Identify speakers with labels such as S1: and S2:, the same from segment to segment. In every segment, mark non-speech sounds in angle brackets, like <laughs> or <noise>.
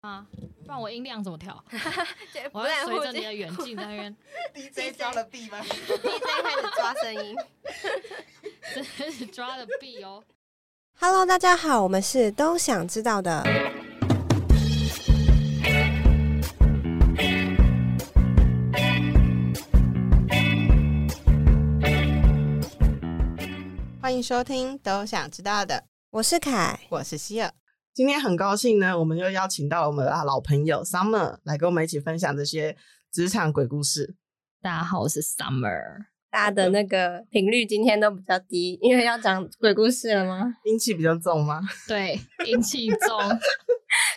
S1: 啊，不然我音量怎么 <laughs> 调？
S2: 这
S1: 我
S2: 不
S1: 要
S2: 然
S1: 随
S2: 我
S1: 着
S2: 这
S1: 你的远近在那边
S3: DJ 抓了 B 吗？
S2: DJ 开始抓
S1: <laughs>
S2: 声音。
S1: 真的是抓的臂哦。
S2: Hello，大家好，我们是都想知道的。
S3: <laughs> 欢迎收听《都想知道的》，
S2: 我是凯，
S3: 我是希尔。今天很高兴呢，我们又邀请到了我们的老朋友 Summer 来跟我们一起分享这些职场鬼故事。
S1: <laughs> 大家好，我是 Summer。
S2: 大家的那个频率今天都比较低，因为要讲鬼故事了吗？
S3: 阴气比较重吗？ <laughs>
S1: 对，阴气重，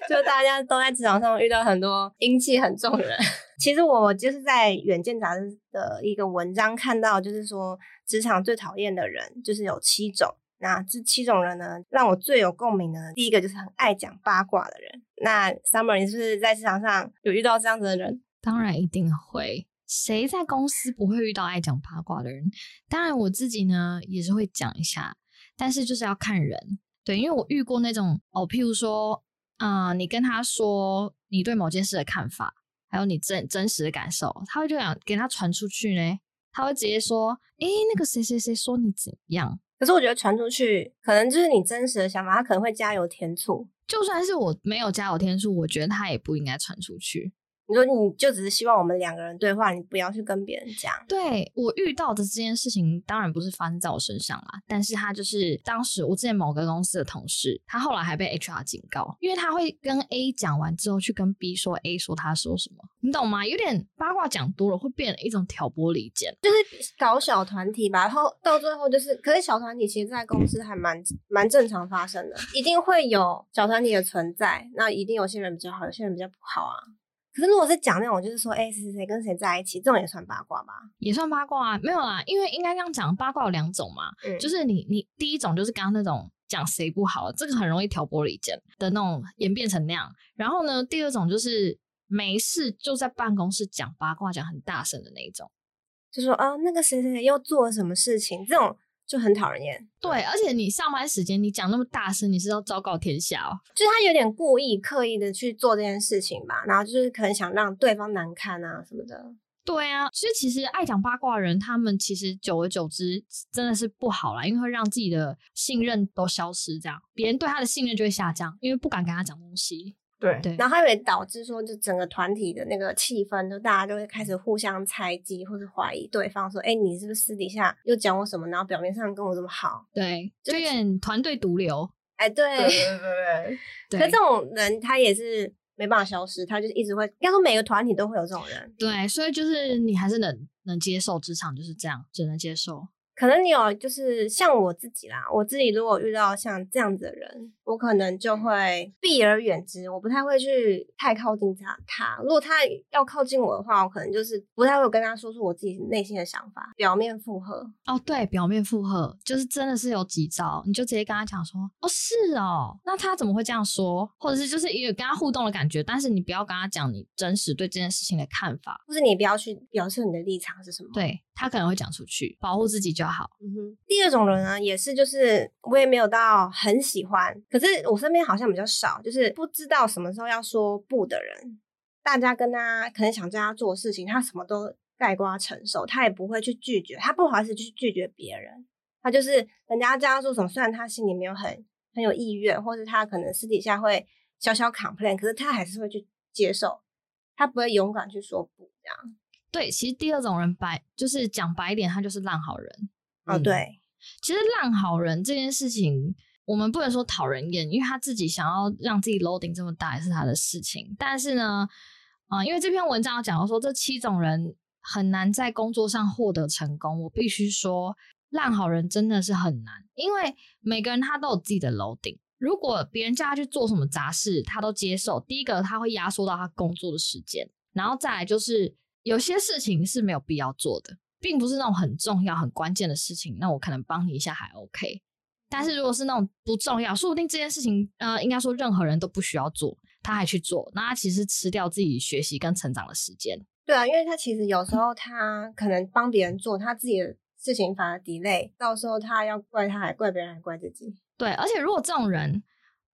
S2: 就大家都在职场上遇到很多阴气很重的人。 <laughs> 其实我就是在《远见》杂志的一个文章看到，就是说职场最讨厌的人就是有七种。那这七种人呢，让我最有共鸣的呢，第一个就是很爱讲八卦的人。那 Summer，你是不是在职场上有遇到这样子的人？
S1: 当然一定会。谁在公司不会遇到爱讲八卦的人？当然我自己呢也是会讲一下，但是就是要看人。对，因为我遇过那种哦，譬如说，啊、你跟他说你对某件事的看法，还有你真真实的感受，他会就想给他传出去呢。他会直接说，诶，那个谁谁谁说你怎样？
S2: 可是我觉得传出去，可能就是你真实的想法，他可能会加油添醋。
S1: 就算是我没有加油天数，我觉得他也不应该传出去。
S2: 你说你就只是希望我们两个人对话，你不要去跟别人讲。
S1: 对我遇到的这件事情，当然不是发生在我身上啦，但是他就是当时我之前某个公司的同事，他后来还被 HR 警告，因为他会跟 A 讲完之后去跟 B 说 A 说他说什么，你懂吗？有点八卦讲多了会变成一种挑拨离间。
S2: 搞小团体吧，然后到最后就是，可是小团体其实，在公司还蛮 <coughs> 蛮正常发生的，一定会有小团体的存在。那一定有些人比较好，有些人比较不好啊。可是如果是讲那种，就是说，哎、谁谁谁跟谁在一起，这种也算八卦吧？
S1: 也算八卦、啊，没有啦，因为应该这样讲，八卦有两种嘛，
S2: 嗯
S1: 就是你你第一种就是刚刚那种讲谁不好，这个很容易挑拨离间的那种演变成那样。然后呢，第二种就是没事就在办公室讲八卦，讲很大声的那一种。
S2: 就说，啊，那个谁谁谁又做了什么事情，这种就很讨人厌。
S1: 对，而且你上班时间你讲那么大声，你是要昭告天下哦。
S2: 就是他有点故意刻意的去做这件事情吧，然后就是可能想让对方难堪啊什么的。
S1: 对啊，其实其实爱讲八卦的人，他们其实久而久之真的是不好啦，因为会让自己的信任都消失，这样别人对他的信任就会下降，因为不敢跟他讲东西。
S3: 对
S1: 对，
S2: 然后他也导致说，就整个团体的那个气氛，就大家就会开始互相猜忌或是怀疑对方，说：“哎、你是不是私底下又讲我什么？然后表面上跟我这么好
S1: 对，
S2: 就
S1: 就是有点团队毒瘤。？”
S2: 哎、对。
S3: 对对对对，
S1: 对
S2: 可这种人他也是没办法消失，他就是一直会，应该说每个团体都会有这种人。
S1: 对，所以就是你还是能能接受职场就是这样，只能接受。
S2: 可能你有就是像我自己啦，我自己如果遇到像这样子的人，我可能就会避而远之，我不太会去太靠近他。他如果他要靠近我的话，我可能就是不太会跟他说出我自己内心的想法，表面附和。
S1: 哦，对，表面附和就是真的是有几招，你就直接跟他讲说，哦，是哦，那他怎么会这样说？或者是就是也有跟他互动的感觉，但是你不要跟他讲你真实对这件事情的看法，
S2: 或是你不要去表示你的立场是什么。，
S1: 对他可能会讲出去，保护自己就好。
S2: 嗯哼。第二种人呢，也是就是我也没有到很喜欢，可是我身边好像比较少，就是不知道什么时候要说不的人。大家跟他可能想叫他做事情，他什么都盖瓜承受，他也不会去拒绝，他不好意思去拒绝别人。他就是人家叫他做什么，虽然他心里没有很很有意愿，或是他可能私底下会小小 complain，可是他还是会去接受，他不会勇敢去说不这样。
S1: 对，其实第二种人白就是讲白一点，他就是烂好人。
S2: 哦，
S3: 嗯
S2: 对，
S1: 其实烂好人这件事情，我们不能说讨人厌，因为他自己想要让自己 loading 这么大也是他的事情。但是呢，啊、因为这篇文章有讲到说，这七种人很难在工作上获得成功。我必须说，烂好人真的是很难，因为每个人他都有自己的 loading。如果别人叫他去做什么杂事，他都接受。第一个，他会压缩到他工作的时间，然后再来就是有些事情是没有必要做的。并不是那种很重要、很关键的事情，那我可能帮你一下还 OK。但是如果是那种不重要，说不定这件事情，呃，应该说任何人都不需要做，他还去做，那他其实吃掉自己学习跟成长的时间。
S2: 对啊，因为他其实有时候他可能帮别人做，他自己的事情反而 delay，到时候他要怪他还怪别人还怪自己。
S1: 对，而且如果这种人，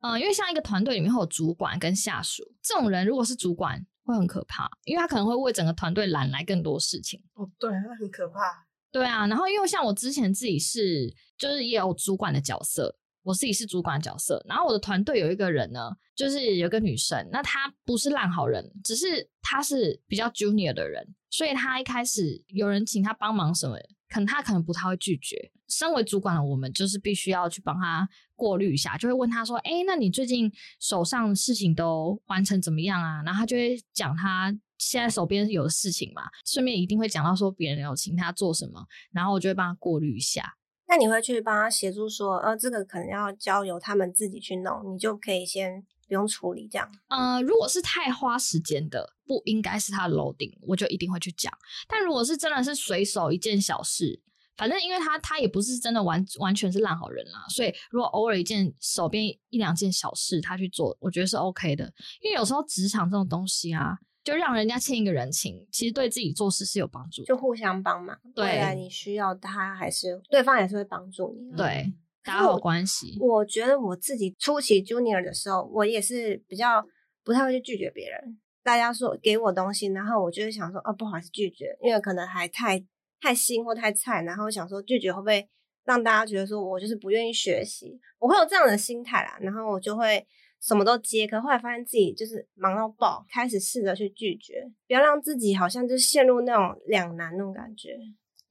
S1: 呃，因为像一个团队里面会有主管跟下属，这种人如果是主管会很可怕，因为他可能会为整个团队揽来更多事情。
S3: 哦，对，那很可怕。
S1: 对啊，然后因为像我之前自己是，就是也有主管的角色，我自己是主管角色。然后我的团队有一个人呢，就是有一个女生，那她不是烂好人，只是她是比较 junior 的人，所以她一开始有人请她帮忙什么，可能她可能不太会拒绝。身为主管的我们，就是必须要去帮她过滤一下，就会问她说：“哎，那你最近手上的事情都完成怎么样啊？”然后她就会讲她现在手边有的事情嘛，顺便一定会讲到说别人有请她做什么。然后我就会帮他过滤一下。
S2: 那你会去帮他协助说，呃，这个可能要交由他们自己去弄，你就可以先不用处理这样。
S1: 呃，如果是太花时间的，不应该是他的楼顶，我就一定会去讲。但如果是真的是随手一件小事，反正因为他他也不是真的完完全是烂好人啦，所以如果偶尔一件手边一两件小事他去做，我觉得是 OK 的。因为有时候职场这种东西啊，就让人家欠一个人情，其实对自己做事是有帮助的。
S2: 就互相帮忙。
S1: 对
S2: 未来你需要他，还是对方也是会帮助你。
S1: 对，
S2: 嗯可是
S1: 打好
S2: 我
S1: 关系。
S2: 我觉得我自己初期 junior 的时候，我也是比较不太会去拒绝别人。大家说给我东西，然后我就会想说，哦，不好意思拒绝，因为可能还太太新或太菜，然后想说拒绝会不会让大家觉得说我就是不愿意学习，我会有这样的心态啦，然后我就会什么都接，可后来发现自己就是忙到爆，开始试着去拒绝，不要让自己好像就陷入那种两难那种感觉。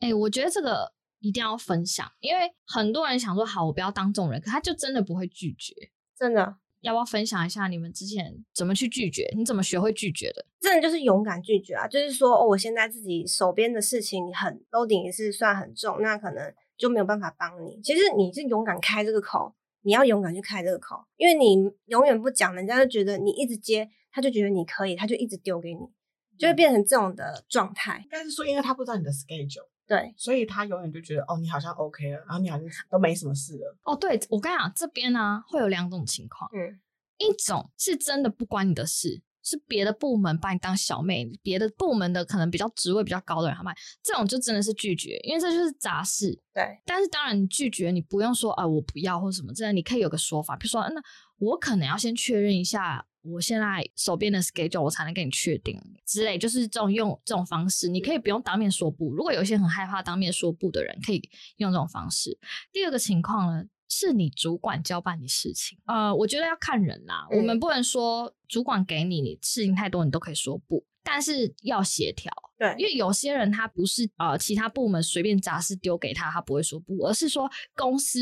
S1: 哎、我觉得这个一定要分享，因为很多人想说好，我不要当众人，可他就真的不会拒绝。
S2: 真的，
S1: 要不要分享一下你们之前怎么去拒绝？你怎么学会拒绝的？
S2: 真的就是勇敢拒绝啊！就是说，哦，我现在自己手边的事情很 loading 也是算很重，那可能就没有办法帮你。其实你是勇敢开这个口，你要勇敢去开这个口，因为你永远不讲，人家就觉得你一直接，他就觉得你可以，他就一直丢给你，就会变成这种的状态
S3: 应。该是说，因为他不知道你的 schedule，
S2: 对，
S3: 所以他永远就觉得哦，你好像 OK 了，然后你好像都没什么事了。
S1: 哦，对我跟你讲，这边呢、会有两种情况，
S2: 嗯，
S1: 一种是真的不关你的事，是别的部门把你当小妹，别的部门的可能比较职位比较高的人他们这种就真的是拒绝，因为这就是杂事。
S2: 对，
S1: 但是当然，你拒绝你不用说啊，我不要或什么，真的你可以有个说法，比如说，啊那我可能要先确认一下我现在手边的 schedule，我才能跟你确定之类，就是这种用这种方式，你可以不用当面说不。如果有一些很害怕当面说不的人，可以用这种方式。第二个情况呢，是你主管交办你事情，呃，我觉得要看人啦，
S2: 嗯
S1: 我们不能说主管给你你事情太多，你都可以说不，但是要协调。
S2: 对，
S1: 因为有些人他不是呃其他部门随便杂事丢给他，他不会说不，而是说公司。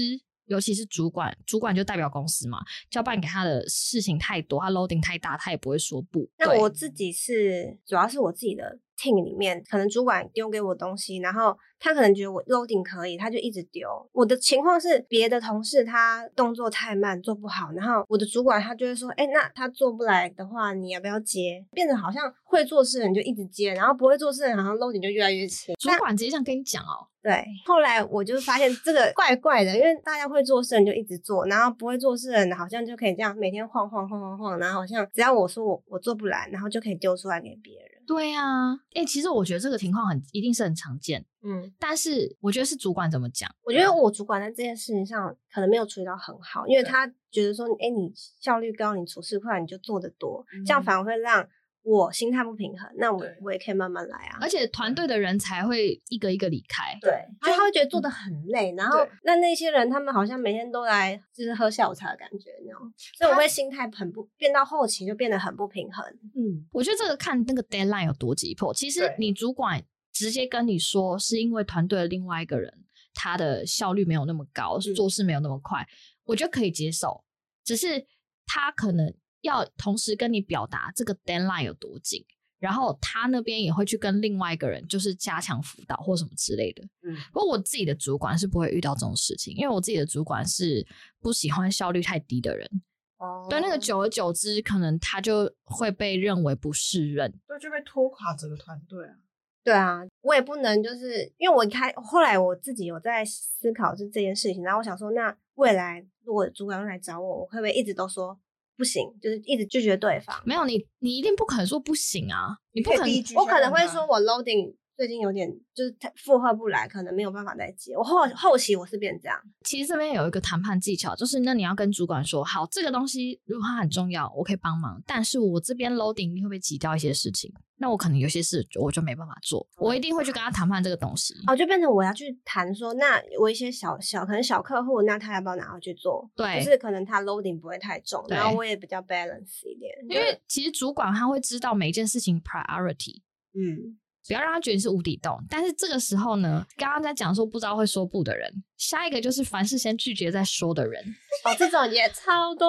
S1: 尤其是主管，主管就代表公司嘛，交办给他的事情太多，他 loading 太大，他也不会说不。
S2: 那
S1: 对
S2: 我自己是主要是我自己的 team 里面，可能主管丢给我东西，然后他可能觉得我 loading 可以，他就一直丢。我的情况是别的同事他动作太慢，做不好，然后我的主管他就会说，哎、那他做不来的话，你要不要接？变得好像会做事的人就一直接，然后不会做事的人好像 loading 就越来越轻。
S1: 主管直接这样跟你讲哦，
S2: 对， <laughs> 后来我就发现这个 <laughs> 怪怪的，因为大家会做事的人就一直做，然后不会做事的人好像就可以这样每天晃晃晃晃晃，然后好像只要我说我我做不来，然后就可以丢出来给别人。
S1: 对啊，哎、其实我觉得这个情况很一定是很常见，
S2: 嗯，啊
S1: 但是我觉得是主管怎么讲，
S2: 我觉得我主管在这件事情上可能没有处理到很好，因为
S3: 对
S2: 他觉得说，哎，你效率高，你处事快，你就做得多，这样
S3: 嗯
S2: 反而会让我心态不平衡。那我
S3: 对
S2: 我也可以慢慢来啊。
S1: 而且团队的人才会一个一个离开。
S2: 对，就他会嗯觉得做的很累，然后
S3: 对
S2: 那那些人他们好像每天都来就是喝下午茶的感觉，你知道吗？所以我会心态很不变到后期就变得很不平衡。
S3: 嗯，
S1: 我觉得这个看那个 deadline 有多急迫。其实
S3: 对
S1: 你主管直接跟你说，是因为团队的另外一个人他的效率没有那么高，
S2: 嗯
S1: 做事没有那么快，我觉得可以接受。只是他可能要同时跟你表达这个 deadline 有多紧，然后他那边也会去跟另外一个人就是加强辅导或什么之类的。
S3: 嗯，
S1: 不过我自己的主管是不会遇到这种事情，因为我自己的主管是不喜欢效率太低的人。
S2: 哦
S1: 对，那个久而久之，可能他就会被认为不是人。
S3: 对，就被拖垮整个团队啊。
S2: 对啊，我也不能就是因为我一开后来我自己有在思考是这件事情，然后我想说，那未来如果主管来找我，我会不会一直都说不行，就是一直拒绝对方？
S1: 没有你，你一定不可能说不行啊！你不
S3: 可以
S1: 可能
S3: 第一句
S2: 我
S3: 先
S2: 可能
S3: 问
S2: 会
S3: 他
S2: 说我 loading 最近有点就是太负荷不来，可能没有办法再接。我后后期我是变这样，
S1: 其实这边有一个谈判技巧，就是那你要跟主管说，好，这个东西如果它很重要，我可以帮忙，但是我这边 loading 会不会挤掉一些事情？那我可能有些事我就没办法做，我一定会去跟他谈判这个东西。
S2: 哦，就变成我要去谈说，那我一些小小可能小客户，那他要不要拿回去做？
S1: 对
S2: 就是可能他 loading 不会太重，
S1: 对
S2: 然后我也比较 balance 一点，
S1: 因为其实主管他会知道每一件事情 priority，
S2: 嗯，
S1: 不要让他觉得你是无底洞。但是这个时候呢，刚刚在讲说不知道会说不的人，下一个就是凡事先拒绝再说的人。
S2: 哦，这种也超多，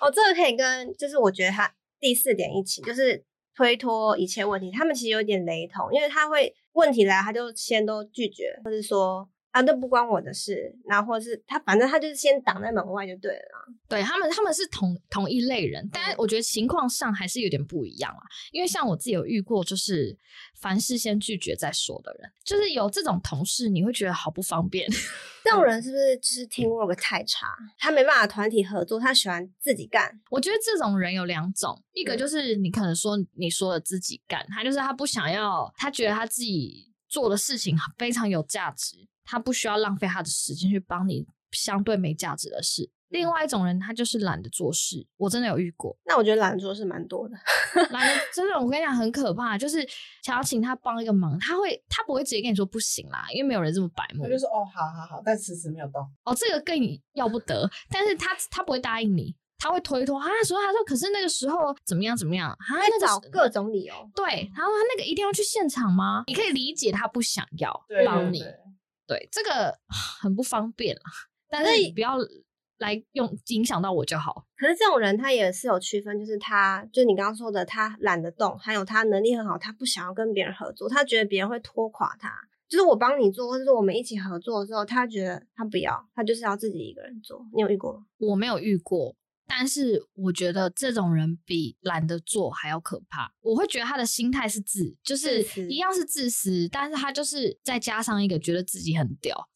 S2: 哦，这个可以跟就是我觉得他第四点一起，就是推脱一切问题，他们其实有点雷同，因为他会问题来他就先都拒绝，或者说。啊，都不关我的事，然后或者是他，反正他就是先挡在门外就对了啦。
S1: 对他们，他们是同同一类人，但我觉得情况上还是有点不一样啦。因为像我自己有遇过，就是凡事先拒绝再说的人，就是有这种同事，你会觉得好不方便。 <laughs>
S2: 这
S1: 嗯
S2: 种人是不是就是 teamwork 太差？他没办法团体合作，他喜欢自己干。
S1: 我觉得这种人有两种，一个就是你可能说你说的自己干，他就是他不想要，他觉得他自己做的事情非常有价值，他不需要浪费他的时间去帮你相对没价值的事。另外一种人，他就是懒得做事，我真的有遇过，
S2: 那我觉得懒惰是蛮多的。
S1: 懒得真的，我跟你讲很可怕，就是想要请他帮一个忙，他会他不会直接跟你说不行啦，因为没有人这么白目
S3: 他。就说哦，好好好，但迟迟没有动。
S1: 哦，这个更要不得，但是他他不会答应你，他会推脱啊，所以他说可是那个时候怎么样怎么样啊，那
S2: 会
S1: 个
S2: 找
S1: 时
S2: 各种理由。
S1: 对，然后他那个一定要去现场吗？你可以理解他不想要
S3: 对，
S1: 帮
S3: 对
S1: 你，
S3: 对
S1: 对这个很不方便啦，但是你不要来用影响到我就好。
S2: 可是这种人他也是有区分，就是他，就你刚刚说的，他懒得动，还有他能力很好，他不想要跟别人合作，他觉得别人会拖垮他。就是我帮你做，或者说我们一起合作的时候，他觉得他不要，他就是要自己一个人做。你有遇过吗？
S1: 我没有遇过，但是我觉得这种人比懒得做还要可怕。我会觉得他的心态是自，就是
S2: 自私
S1: 一样是自私，但是他就是再加上一个觉得自己很屌，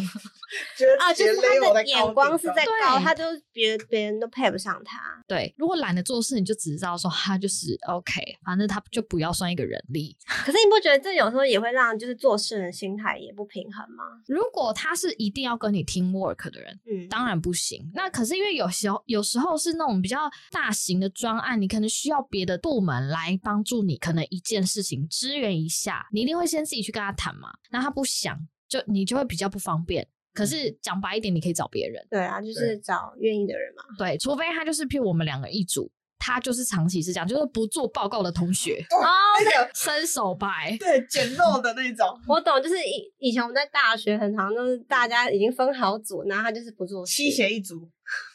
S3: 觉得
S2: 啊，就
S3: 杰
S2: 是
S3: 雷
S2: 他
S3: 我
S2: 的
S3: 高
S2: 眼
S3: 顶
S2: 光是
S3: 上
S2: 在
S1: 对
S2: 高，他都别别人都配不上他。
S1: 对。如果懒得做事，你就只知道说他就是 OK，反正他就不要算一个人力。 <laughs>
S2: 可是你不觉得这有时候也会让就是做事人心态也不平衡吗？
S1: 如果他是一定要跟你 team work 的人，
S2: 嗯，
S1: 当然不行。那可是因为有时候有时候是那种比较大型的专案，你可能需要别的部门来帮助你，可能一件事情支援一下，你一定会先自己去跟他谈嘛。那他不想，就你就会比较不方便。可是讲白一点，你可以找别人，
S2: 对啊，就是
S3: 对
S2: 找愿意的人嘛。
S1: 对，除非他就是譬如我们两个一组，他就是长期是这样，就是不做报告的同学，
S2: 哦，
S3: 那个
S1: 伸手牌。
S3: <laughs> 对减肉的那
S2: <laughs>
S3: 种
S2: 我懂，就是以以前我们在大学很常都是大家已经分好组，然后他就是不做事，
S3: 吸血一族，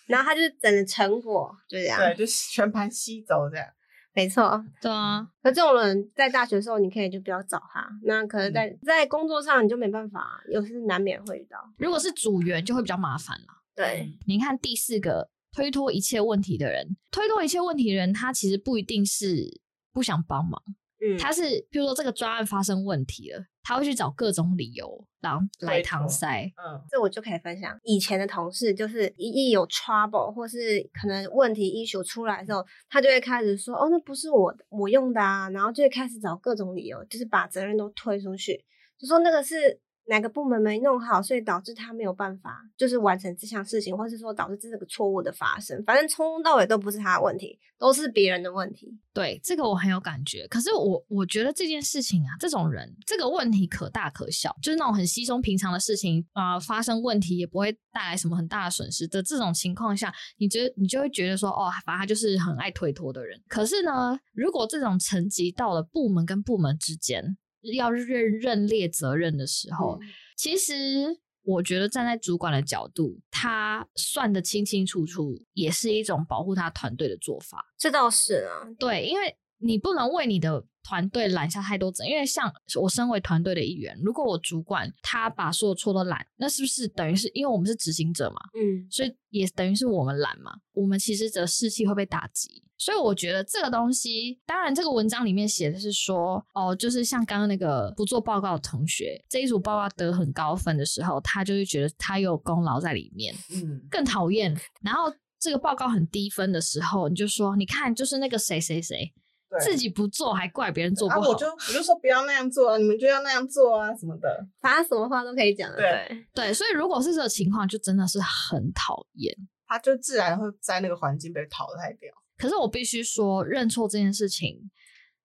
S2: 然后他就是整的成果就这样，
S3: 对，就全盘吸走这样。
S2: 没错。
S1: 对啊，
S2: 可这种人在大学的时候，你可以就不要找他。那可是在，
S3: 嗯
S2: 在、工作上你就没办法，有时难免会遇到。
S1: 如果是组员就会比较麻烦了。
S2: 对，
S1: 你看第四个推脱一切问题的人，推脱一切问题的人，他其实不一定是不想帮忙，
S2: 嗯，
S1: 他是譬如说这个专案发生问题了，他会去找各种理由，然后来搪塞。
S3: 嗯，
S2: 这我就可以分享。以前的同事就是一一有 trouble 或是可能问题 issue 出来的时候，他就会开始说：“哦，那不是我的我用的啊。”然后就会开始找各种理由，就是把责任都推出去，就说那个是哪个部门没弄好，所以导致他没有办法就是完成这项事情，或是说导致这个错误的发生。反正从头到尾都不是他的问题，都是别人的问题。
S1: 对，这个我很有感觉。可是我我觉得这件事情啊，这种人这个问题可大可小，就是那种很稀松平常的事情啊、呃发生问题也不会带来什么很大的损失的这种情况下，你觉得你就会觉得说，哦，反正他就是很爱推脱的人。可是呢，如果这种层级到了部门跟部门之间要认认列责任的时候，其实我觉得站在主管的角度，他算得清清楚楚，也是一种保护他团队的做法。
S2: 这倒是啊，
S1: 对，因为你不能为你的团队揽下太多责任，因为像我身为团队的一员，如果我主管他把所有错都揽，那是不是等于是因为我们是执行者嘛，
S2: 嗯， <laughs>
S1: 所以也等于是我们懒嘛，我们其实的士气会被打击。所以我觉得这个东西，当然这个文章里面写的是说，哦，就是像刚刚那个不做报告的同学，这一组报告得很高分的时候，他就会觉得他有功劳在里面。
S3: 嗯，
S1: 更讨厌。然后这个报告很低分的时候，你就说，你看，就是那个谁谁谁，
S3: 对
S1: 自己不做还怪别人做不
S3: 啊，
S1: 好。
S3: 我就我就说不要那样做啊，你们就要那样做啊什么的。
S2: 反正什么话都可以讲的，
S3: 对
S2: 对，
S1: 对，所以如果是这个情况，就真的是很讨厌。
S3: 他就自然会在那个环境被淘汰掉，
S1: 可是我必须说，认错这件事情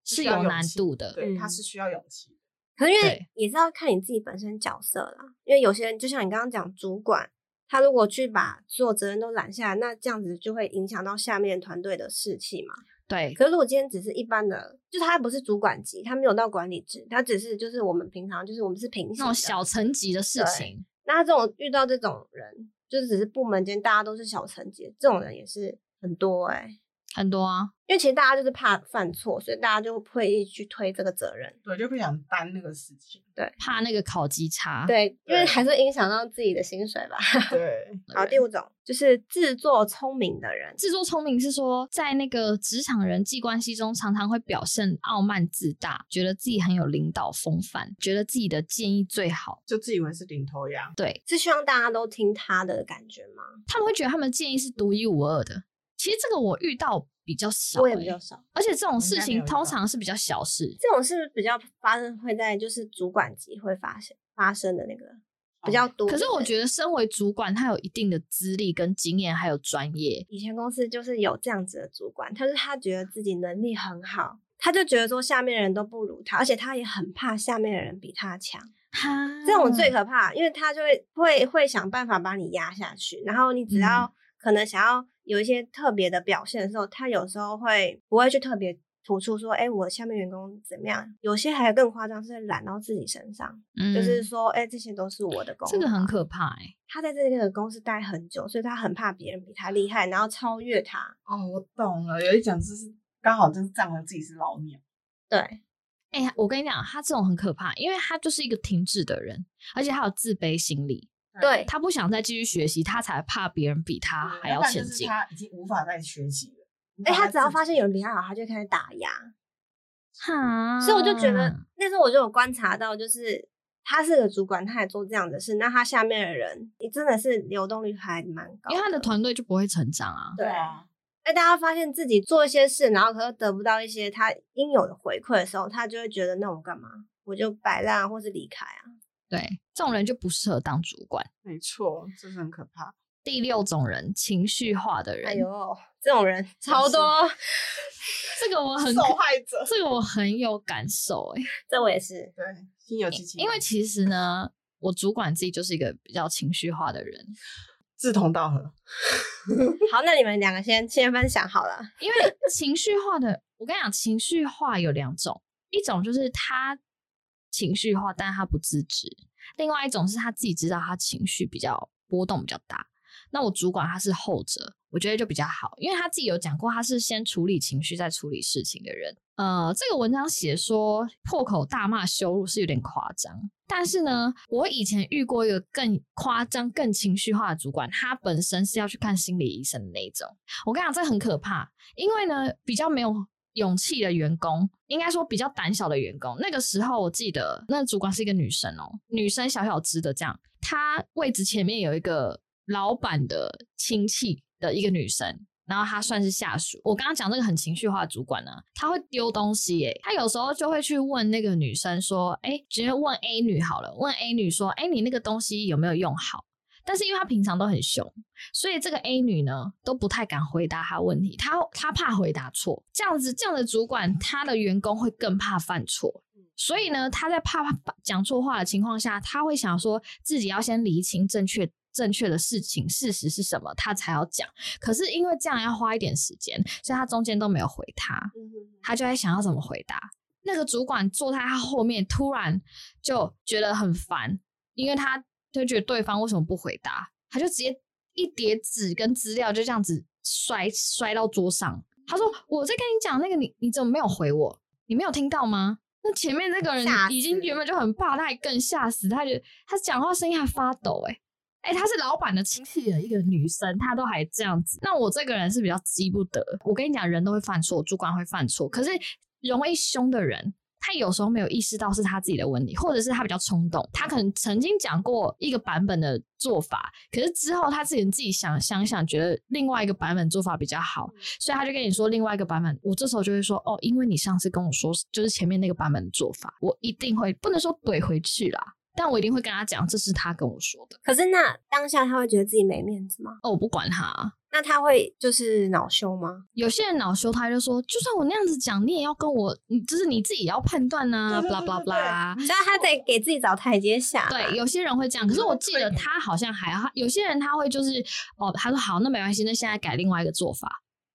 S1: 是
S3: 需要
S1: 有
S3: 勇
S1: 难
S3: 气
S1: 度的。
S3: 对，他
S2: 嗯
S3: 是需要勇气的。
S2: 可是因为
S1: 对
S2: 也是要看你自己本身角色啦，因为有些人就像你刚刚讲，主管他如果去把所有责任都揽下来，那这样子就会影响到下面团队的士气嘛。
S1: 对，
S2: 可是如果今天只是一般的，就是他不是主管级，他没有到管理职，他只是就是我们平常就是我们是平行
S1: 那种
S2: 的
S1: 小层级的事
S2: 对
S1: 情，
S2: 那他这种遇到这种人，就是只是部门间大家都是小层级，这种人也是很多哎、
S1: 很多啊。
S2: 因为其实大家就是怕犯错，所以大家就会一直去推这个责任。
S3: 对，就不想担那个事
S2: <laughs>
S3: 情。
S1: 怕那个考级差。，
S2: 对，因为
S3: 对
S2: 还是会影响到自己的薪水吧。
S3: 对，
S2: 好，第五种就是自作聪明的人，
S1: 自作聪明是说，在那个职场人际关系中，常常会表现傲慢自大，觉得自己很有领导风范，觉得自己的建议最好。
S3: 就自以为是领头羊。
S1: 对
S2: 是希望大家都听他的感觉吗？
S1: 他们会觉得他们的建议是独一无二的。其实这个我遇到比较少、
S2: 我也比较
S1: 欸
S2: 少，
S1: 而且
S2: 哦
S1: 这种
S3: 应
S1: 事
S3: 该没有
S1: 情
S3: 遇
S1: 通
S3: 到
S1: 常是比较小事。
S2: 这种是不是比较发生会在就是主管级会发生发生的那个比
S3: 哦
S2: 较多？
S1: 哦可是我
S2: 得
S1: 觉得，身为主管，他有一定的资历、跟经验，还有专业。
S2: 以前公司就是有这样子的主管，他是他觉得自己能力很好，他就觉得说下面的人都不如他，而且他也很怕下面的人比他强。
S1: 哈，
S2: 这种
S1: 嗯
S2: 最可怕，因为他就会会会想办法把你压下去，然后你
S1: 嗯
S2: 只要、可能想要有一些特别的表现的时候，他有时候会不会去特别突出说，哎、我下面员工怎么样？有些还更夸张，是揽到自己身上，
S1: 嗯
S2: 就是说，哎、这些都是我的功劳。
S1: 这个很可怕哎、
S2: 他在这个公司待很久，所以他很怕别人比他厉害，然后超越他。
S3: 哦，我懂了，有一种就是刚好就是仗着自己是老鸟，
S2: 对，
S1: 哎、呀，我跟你讲，他这种很可怕，因为他就是一个停滞的人，而且他有自卑心理，
S2: 对
S1: 他不想再继续学习，他才怕别人比他
S3: 嗯
S1: 啊还
S3: 要
S1: 要
S3: 不然
S1: 前
S3: 就是
S1: 进。
S3: 他已经无法再学习了。无
S2: 哎、
S3: 法
S2: 他
S3: 再
S2: 只要
S3: 自
S2: 发
S3: 己
S2: 现有人比他好，他就开始打压。
S1: 哈
S2: 所以我就觉得
S1: 嗯
S2: 那时候我就有观察到，就是他是个主管，他也做这样的事，那他下面的人也真的是流动率还蛮高，
S1: 因为他的团队就不会成长啊。
S2: 对
S3: 对啊，
S2: 哎，大家发现自己做一些事，然后可是得不到一些他应有的回馈的时候，他就会觉得那我干嘛？我就摆烂啊或是离开啊。
S1: 对，这种人就不适合当主管。
S3: 没错，这是很可怕。
S1: 第六种人，情绪化的人，
S2: 哎呦，这
S1: <laughs>
S2: 种人超多，
S1: 这个我很
S3: 受，害者， <laughs>
S1: 这个我很有感受哎、
S2: 这我也是。
S3: 对，心有戚戚。
S1: 因为其实呢，我主管自己就是一个比较情绪化的人，
S3: 志同道合，
S2: 好，那你们两个先先分享好了。
S1: 因为情绪化的，我跟你讲，情绪化有两种，一种就是他情绪化，但他不自知；，另外一种是他自己知道他情绪比较波动比较大。那我主管他是后者，我觉得就比较好，因为他自己有讲过，他是先处理情绪再处理事情的人。呃，这个文章写说破口大骂、羞辱是有点夸张，但是呢，我以前遇过一个更夸张、更情绪化的主管，他本身是要去看心理医生的那一种。我跟你讲，这很可怕，因为呢，比较没有勇气的员工，应该说比较胆小的员工，那个时候我记得那主管是一个女生哦，女生小小只的这样，她位置前面有一个老板的亲戚的一个女生。然后她算是下属。我刚刚讲这个很情绪化的主管呢、他会丢东西耶、他有时候就会去问那个女生说：“哎，直接问 A 女好了，问 A 女说，哎，你那个东西有没有用好？”但是因为他平常都很凶，所以这个 A 女呢都不太敢回答她问题，她她怕回答错，这样子这样的主管，他的员工会更怕犯错。所以呢，他在怕怕讲错话的情况下，他会想说自己要先厘清正确正确的事情，事实是什么，他才要讲。可是因为这样要花一点时间，所以他中间都没有回他，他就在想要怎么回答。那个主管坐在他后面，突然就觉得很烦，因为他就觉得对方为什么不回答，他就直接一叠纸跟资料就这样子摔摔到桌上。他说：“我在跟你讲那个你，你怎么没有回我？你没有听到吗？”那前面那个人
S2: 吓
S1: 已经
S2: 死
S1: 原本就很怕，他还更吓死，他觉得他讲话声音还发抖、欸，哎、她是老板的亲戚的一个女生，她都还这样子。那我这个人是比较急不得，我跟你讲，人都会犯错，主管会犯错，可是容易凶的人，他有时候没有意识到是他自己的问题，或者是他比较冲动，他可能曾经讲过一个版本的做法，可是之后他自己自己想想想，觉得另外一个版本做法比较好，所以他就跟你说另外一个版本。我这时候就会说，哦，因为你上次跟我说就是前面那个版本的做法，我一定会不能说怼回去啦，但我一定会跟他讲这是他跟我说的。
S2: 可是那当下他会觉得自己没面子吗？
S1: 哦，我不管他啊、
S2: 那他会就是恼羞吗？
S1: 有些人恼羞，他就说，就算我那样子讲，你也要跟我，你就是你自己也要判断呐、啊，
S3: 对对
S1: blah
S3: 对
S1: blah
S3: 对对
S1: blah。
S2: 所以他得给自己找台阶下。
S1: 对，有些人会这样，可是我记得他好像还好，有些人他会就是哦，他说好，那没关系，那现在改另外一个做法，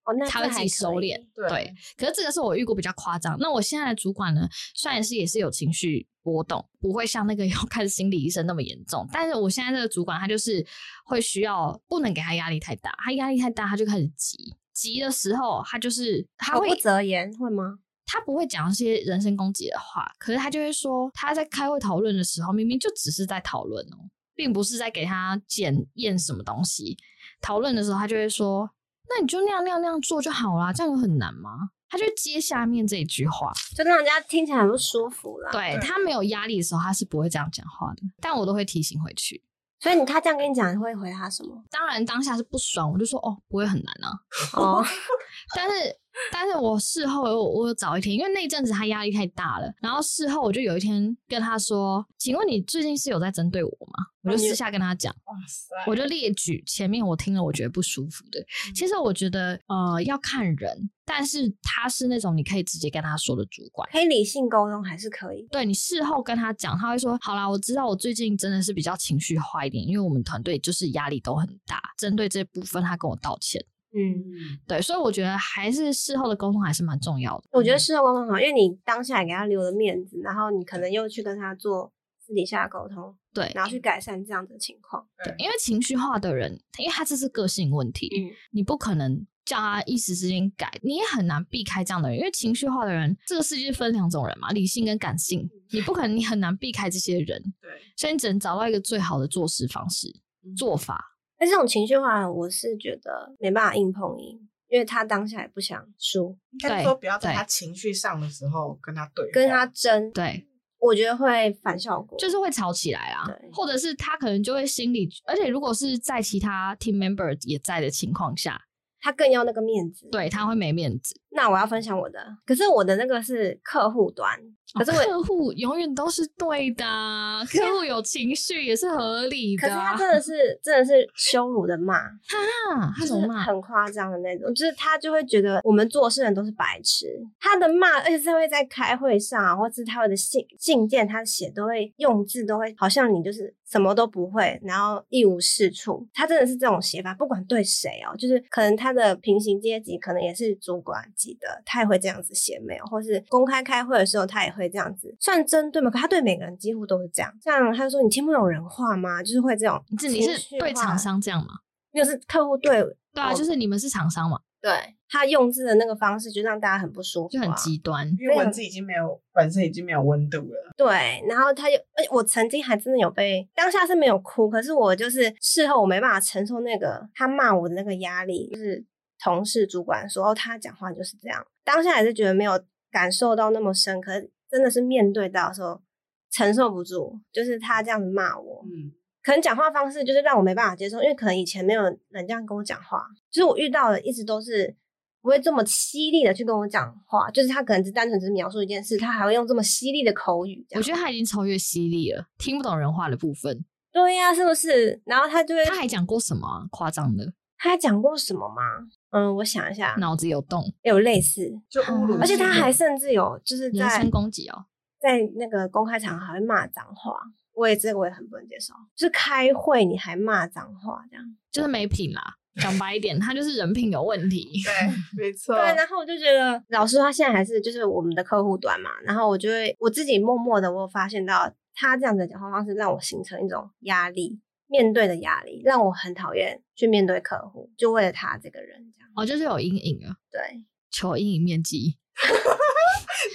S2: 哦，那
S1: 他
S2: 这
S1: 会自
S2: 还
S1: 己
S2: 可
S1: 收
S2: 以
S1: 敛。对，可是这个是我遇过比较夸张。那我现在的主管呢，虽然是也是有情绪波动，不会像那个要看心理医生那么严重，但是我现在这个主管他就是会需要不能给他压力太大，他压力太大他就开始急，急的时候他就是他
S2: 口
S1: 会
S2: 哦不择言会吗？
S1: 他不会讲一些人身攻击的话，可是他就会说他在开会讨论的时候，明明就只是在讨论哦，并不是在给他检验什么东西。讨论的时候，他就会说：“那你就那样那样那样做就好啦，这样有很难吗？”他就接下面这一句话，
S2: 就让人家听起来很不舒服啦。，
S1: 对
S3: 对
S1: 他没有压力的时候，他是不会这样讲话的，但我都会提醒回去。
S2: 所以你他这样跟你讲，你会回他
S1: <laughs>
S2: 什么？
S1: 当然当下是不爽，我就说：“哦，不会很难啊。”
S2: 哦，
S1: 但是，但是我事后我我有找一天，因为那一阵子他压力太大了，然后事后我就有一天跟他说：“请问你最近是有在针对我吗？”
S2: 哦
S1: 我就私下跟他讲，
S3: 哇塞，
S1: 我就列举前面我听了我觉得不舒服的。
S2: 嗯
S1: 其实我觉得呃要看人，但是他是那种你可以直接跟他说的主管。
S2: 可以理性沟通还是可以。
S1: 对你事后跟他讲，他会说：“好啦，我知道我最近真的是比较情绪化一点，因为我们团队就是压力都很大，针对这部分他跟我道歉。”
S2: 嗯，
S1: 对，所以我觉得还是事后的沟通还是蛮重要的。
S2: 我觉得事后沟通好，因为你当下也给他留了面子，然后你可能又去跟他做私底下的沟通，
S1: 对，
S2: 然后去改善这样的情况。
S1: 对，因为情绪化的人，因为他这是个性问题，
S2: 嗯，
S1: 你不可能叫他一时之间改，你也很难避开这样的人。因为情绪化的人，这个世界分两种人嘛，理性跟感性，
S2: 嗯
S1: 你不可能，你很难避开这些人，
S3: 对，
S1: 所以你只能找到一个最好的做事方式、
S2: 嗯
S1: 做法。
S2: 但这种情绪化，我是觉得没办法硬碰硬，因为他当下也不想输，
S3: 应该
S1: 对
S3: 是说不要在
S1: 对
S3: 他情绪上的时候跟他对话，
S2: 跟他争，
S1: 对，
S2: 我觉得会反效果。
S1: 就是会吵起来啊
S2: 对，
S1: 或者是他可能就会心里，而且如果是在其他 team member 也在的情况下，
S2: 他更要那个面子。，
S1: 对他会没面子。
S2: 那我要分享我的，可是我的那个是客户端，可是我。
S1: 哦客户永远都是对的啊，客户有情绪也是合理
S2: 可
S1: 的
S2: 是
S1: 啊。
S2: 他真的是真的是羞辱的骂，
S1: 啊，
S2: 就
S1: 他
S2: 是
S1: 怎么骂？
S2: 很夸张的那种，就是他就会觉得我们做事人都是白痴。他的骂，而且是会在开会上、啊，或是他的信信件，他写都会用字都会，好像你就是什么都不会，然后一无是处。他真的是这种写法，不管对谁哦，就是可能他的平行阶级可能也是主管级的，他也会这样子写没有，或是公开开会的时候，他也会这样子，算针对吗？可他对每个人几乎都是这样。像他说你听不懂人话吗？就是会这种
S1: 你
S2: 情
S1: 是
S2: 绪
S1: 你
S2: 化，
S1: 是对厂商这样吗？
S2: 没有，就是客户对
S1: 对啊，
S2: 哦
S1: 就是你们是厂商嘛，
S2: 对他用字的那个方式，就让大家很不舒服、啊
S1: 就很。极端。
S3: 因为文字已经没有本身已经没有温度了，
S2: 对，然后他又，而且我曾经还真的有被，当下是没有哭，可是我就是事后我没办法承受那个他骂我的那个压力，就是同事主管说哦，他讲话就是这样，当下也是觉得没有感受到那么深，可是真的是面对到的时候承受不住，就是他这样子骂我，
S3: 嗯，
S2: 可能讲话方式就是让我没办法接受，因为可能以前没有人这样跟我讲话，就是我遇到的一直都是不会这么犀利的去跟我讲话，就是他可能只单纯只是描述一件事，他还会用这么犀利的口语这样。
S1: 我觉得他已经超越犀利了，听不懂人话的部分。
S2: 对呀、是不是？然后他就会，
S1: 他还讲过什么啊夸张的？
S2: 他还讲过什么吗？嗯，我想一下，
S1: 脑子有洞，
S2: 有类似，
S3: 就侮辱性的，
S2: 而且他还甚至有就是
S1: 人
S2: 在
S1: 身攻击哦。
S2: 在那个公开场合还会骂脏话，我也这个我也很不能接受，就是开会你还骂脏话这样。
S1: 就是没品啦。讲白一点，他就是人品有问题。
S3: 对，没错，
S2: 对，然后我就觉得，老师他现在还是就是我们的客户端嘛，然后我就会我自己默默的，我有发现到他这样的讲话方式，让我形成一种压力，面对的压力，让我很讨厌去面对客户，就为了他这个人这样。
S1: 哦，就是有阴影啊，
S2: 对，
S1: 求阴影面积。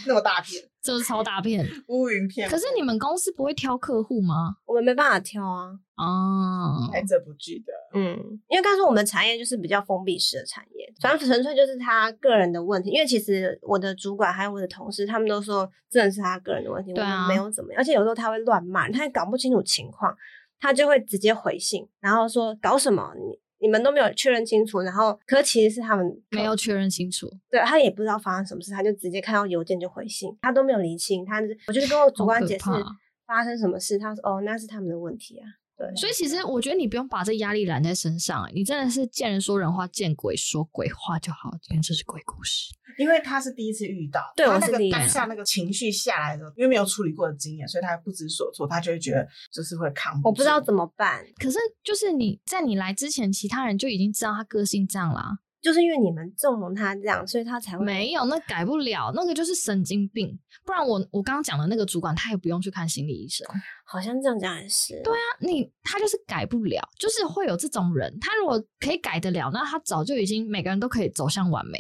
S3: 那么大片，
S1: 就是超大
S2: <laughs>
S1: 片。
S3: 乌云片。
S1: 可是你们公司不会挑客户吗？
S2: 我们没办法挑啊。
S1: 哦，
S2: 哎
S3: 拍这部剧的，
S2: 嗯，因为刚才说我们产业就是比较封闭式的产业，反正纯粹就是他个人的问题。因为其实我的主管还有我的同事，他们都说真的是他个人的问题，
S1: 对啊
S2: 我们没有怎么样。而且有时候他会乱骂，他也搞不清楚情况，他就会直接回信，然后说搞什么你你们都没有确认清楚。然后可其实是他们
S1: 没有确认清楚。
S2: 对他也不知道发生什么事，他就直接看到邮件就回信，他都没有厘清。他是我就是跟我主管解释
S1: 好可怕
S2: 发生什么事，他说哦那是他们的问题啊。对，
S1: 所以其实我觉得你不用把这压力揽在身上，欸你真的是见人说人话，见鬼说鬼话就好。因为这是鬼故事，
S3: 因为他是第一次遇到，
S2: 对
S3: 他
S2: 我
S3: 那
S2: 是
S3: 个
S2: 第一
S3: 当
S2: 次
S3: 下那个情绪下来的时候，因为没有处理过的经验，所以他不知所措，他就会觉得就是会扛
S2: 我不知道怎
S3: 么，
S2: 么办，
S1: 可是就是你在你来之前，其他人就已经知道他个性这样啦。
S2: 就是因为你们纵容他这样，所以他才会
S1: 没有，那改不了，那个就是神经病。不然我我刚刚讲的那个主管，他也不用去看心理医生。
S2: 好像这样讲也是对啊，
S1: 你他就是改不了，就是会有这种人。他如果可以改得了，那他早就已经每个人都可以走向完美。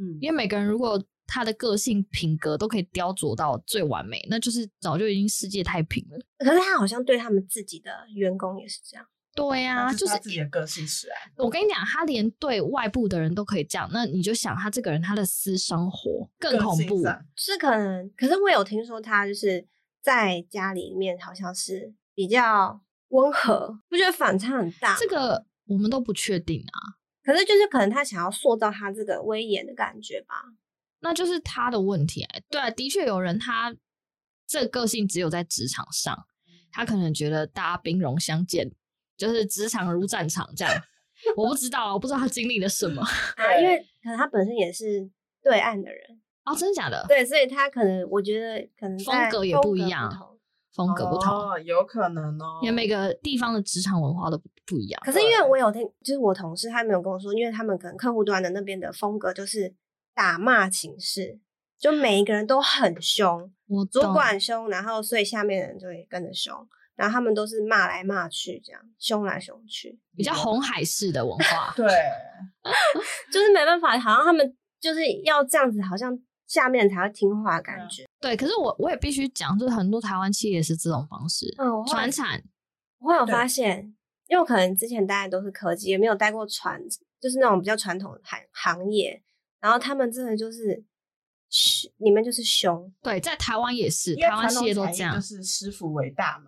S3: 嗯，
S1: 因为每个人如果他的个性品格都可以雕琢到最完美，那就是早就已经世界太平了。
S2: 可是他好像对他们自己的员工也是这样，
S1: 对
S2: 啊
S1: 呀、
S3: 那
S1: 就是
S3: 他自己的个性使然，
S1: 我跟你讲，他连对外部的人都可以这样，那你就想他这个人他的私生活更
S3: 个
S1: 恐
S3: 性
S1: 怖。
S3: 上
S2: 是可能。可是我有听说他就是在家里面好像是比较温和，不觉得反差很大？
S1: 这个我们都不确定啊，
S2: 可是就是可能他想要塑造他这个威严的感觉吧。
S1: 那就是他的问题、欸。对啊，的确有人他这个个性只有在职场上，他可能觉得大家兵戎相见，就是职场如战场这样。我不知道啊，我不知道他经历了什么
S2: 啊，因为可能他本身也是对岸的人，
S1: 哦，真的假的？
S2: 对，所以他可能我觉得可能
S1: 风
S2: 在
S1: 格也
S2: 风
S1: 不一
S2: 格
S1: 样
S2: 同
S1: 风格不同，
S3: 哦，有可能哦，，
S1: 因为每个地方的职场文化都不不一样。
S2: 可是因为我有听，就是我同事他没有跟我说，因为他们可能客户端的那边的风格就是打骂情势，就每一个人都很凶，
S1: 我
S2: 主
S1: 懂
S2: 管凶，然后所以下面的人就会跟着凶，然后他们都是骂来骂去，这样凶来凶 <laughs> 去，
S1: 比较红海式的文化
S3: 对，
S2: 就是没办法，好像他们就是要这样子，好像下面才会听话的感觉。
S1: 对。可是我我也必须讲，就是很多台湾企业也是这种方式，
S2: 嗯，我后
S1: 传
S2: 来
S1: 产
S2: 我有
S3: 对
S2: 发现，因为我可能之前待的都是科技，也没有待过传，就是那种比较传统的行行业。然后他们真的就是凶，你们就是凶，
S1: 对，在台湾也是，
S3: 因为
S1: 台湾企业都
S3: 传统
S1: 这
S3: 产业
S1: 样
S3: 就。是师傅为大嘛，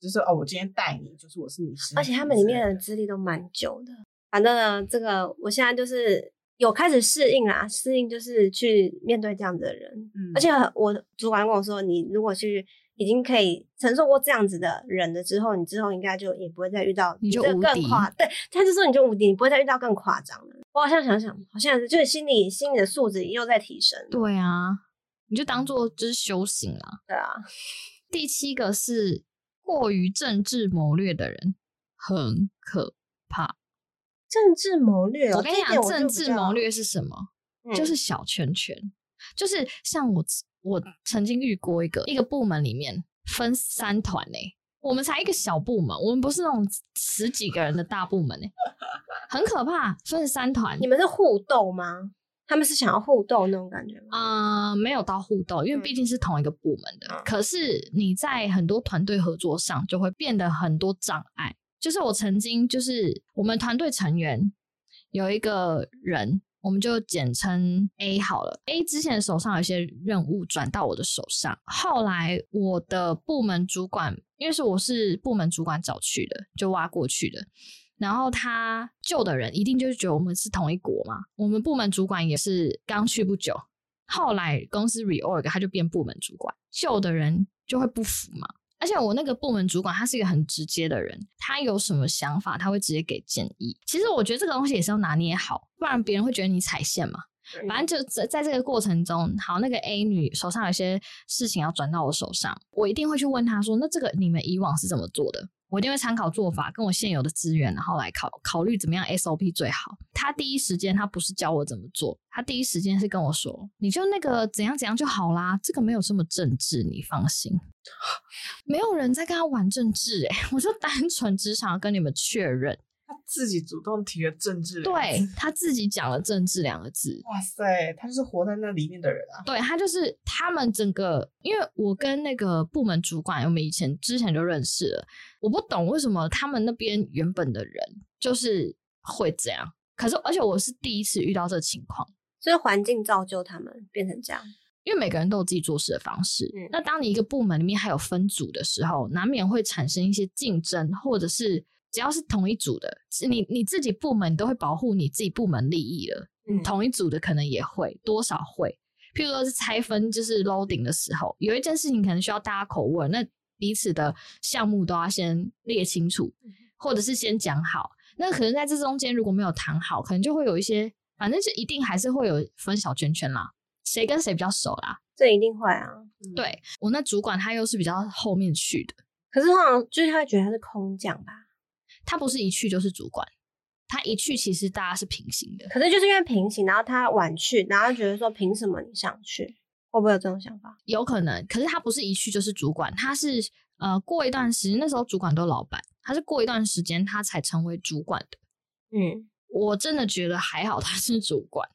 S3: 就是哦，我今天带你，就是我嗯是你师傅之类的，
S2: 而且他们里面的资历都蛮久的。反正呢，这个我现在就是有开始适应啦，适应就是去面对这样子的人。
S3: 嗯，
S2: 而且我主管跟我说，你如果去已经可以承受过这样子的人了之后，你之后应该就也不会再遇到
S1: 你就
S2: 这个
S1: 无
S2: 更
S1: 敌
S2: 夸，对，他就说你就无敌，你不会再遇到更夸张的。我好像想想，好像就是心理心理的素质又在提升。
S1: 对啊，你就当做就是修行啦。
S2: 对啊，
S1: 第七个是过于政治谋略的人，很可怕。
S2: 政治谋略哦，
S1: 我跟你
S2: 这一
S1: 讲
S2: 点，我就
S1: 政
S2: 比
S1: 治
S2: 较
S1: 谋略是什么？就
S2: 嗯
S1: 是小圈圈，就是像我我曾经遇过一个一个部门里面分三团呢、我们才一个小部门，我们不是那种十几个人的大部门呢、很可怕，分三团
S2: 你。们是互斗吗？他们是想要互斗那种感觉吗？
S1: 呃，没有到互动，因为
S2: 嗯
S1: 毕竟是同一个部门的。
S2: 嗯
S1: 可是你在很多团队合作上就会变得很多障碍。就是我曾经就是我们团队成员有一个人，我们就简称 A 好了。A 之前手上有一些任务转到我的手上，后来我的部门主管，因为是我是部门主管找去的，就挖过去的。然后他救的人一定就是觉得我们是同一国嘛，我们部门主管也是刚去不久，后来公司 reorg，他就变部门主管，旧的人就会不服嘛。而且我那个部门主管他是一个很直接的人，他有什么想法他会直接给建议。其实我觉得这个东西也是要拿捏好，不然别人会觉得你踩线嘛。反正就在在这个过程中，好，那个 A 女手上有些事情要转到我手上，我一定会去问她说，那这个你们以往是怎么做的？我一定会参考做法，跟我现有的资源，然后来考考虑怎么样 SOP 最好。他第一时间他不是教我怎么做，他第一时间是跟我说，你就那个怎样怎样就好啦，这个没有这么政治，你放心。 <laughs> 没有人在跟他玩政治、欸，我就单纯只想要跟你们确认，
S3: 他自己主动提了政治，
S1: 对，他自己讲了“政治”两个字，
S3: 哇塞，他就是活在那里面的人啊，
S1: 对他就是他们整个，因为我跟那个部门主管，我们以前之前就认识了，我不懂为什么他们那边原本的人就是会这样，可是而且我是第一次遇到这情况，
S2: 所以环境造就他们变成这样。
S1: 因为每个人都有自己做事的方式。
S2: 嗯
S1: 那当你一个部门里面还有分组的时候，难免会产生一些竞争，或者是只要是同一组的，你你自己部门你都会保护你自己部门利益了。
S2: 嗯
S1: 同一组的可能也会多少会，譬如说是拆分就是 loading 的时候，有一件事情可能需要大家口问，那彼此的项目都要先列清楚，
S2: 嗯
S1: 或者是先讲好。那可能在这中间如果没有谈好，可能就会有一些，反正就一定还是会有分小圈圈啦，谁跟谁比较熟啦。
S2: 这一定会啊。
S3: 嗯，
S1: 对我那主管他又是比较后面去的，
S2: 可是通常就是他会觉得他是空降吧，
S1: 他不是一去就是主管，他一去其实大家是平行的。
S2: 可是就是因为平行，然后他晚去，然后觉得说凭什么你上去？会不会有这种想法？
S1: 有可能，可是他不是一去就是主管，他是呃过一段时间，那时候主管都老板，他是过一段时间他才成为主管的。
S2: 嗯，
S1: 我真的觉得还好他是主管，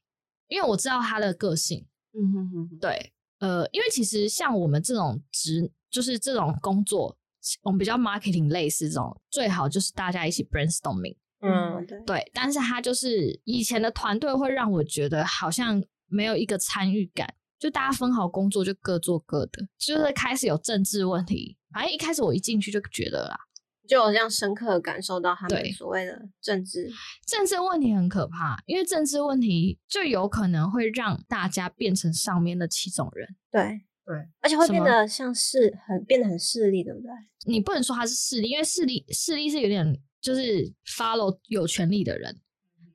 S1: 因为我知道他的个性。
S3: 嗯哼哼哼，
S1: 对，呃，因为其实像我们这种职，就是这种工作，我们比较 marketing 类似这种，最好就是大家一起 brainstorming。
S2: 嗯，对，
S1: 对，但是他就是以前的团队会让我觉得好像没有一个参与感，就大家分好工作就各做各的，就是开始有政治问题。反正一开始我一进去就觉得啦，
S2: 就有这样深刻的感受到他
S1: 对
S2: 们所谓的政治，
S1: 政治问题很可怕，因为政治问题就有可能会让大家变成上面的七种人。
S2: 对
S3: 对，
S2: 而且会
S1: 什
S2: 变
S1: 么
S2: 得像势很变得很势利，对不对？
S1: 你不能说他是势力，因为势力势力是有点就是 follow 有权力的人，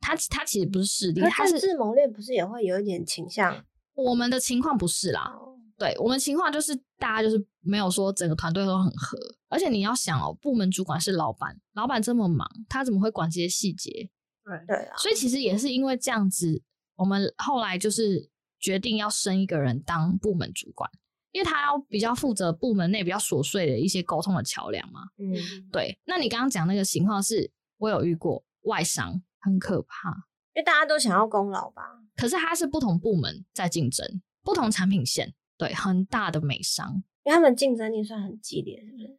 S1: 他他其实不是势力，
S2: 可
S1: 他
S2: 是政
S1: 是
S2: 治谋略不是也会有一点倾向？
S1: 我们的情况不是啦，对我们情况就是大家就是没有说整个团队都很合，而且你要想哦，部门主管是老板，老板这么忙，他怎么会管这些细节？
S3: 对，
S2: 对啊，
S1: 所以其实也是因为这样子，我们后来就是决定要升一个人当部门主管，因为他要比较负责部门内比较琐碎的一些沟通的桥梁嘛。
S2: 嗯，
S1: 对，那你刚刚讲那个情况是，我有遇过外商，很可怕，
S2: 因为大家都想要功劳吧？
S1: 可是他是不同部门在竞争，不同产品线，对，很大的美商。
S2: 因为他们竞争力算很激烈，是不是？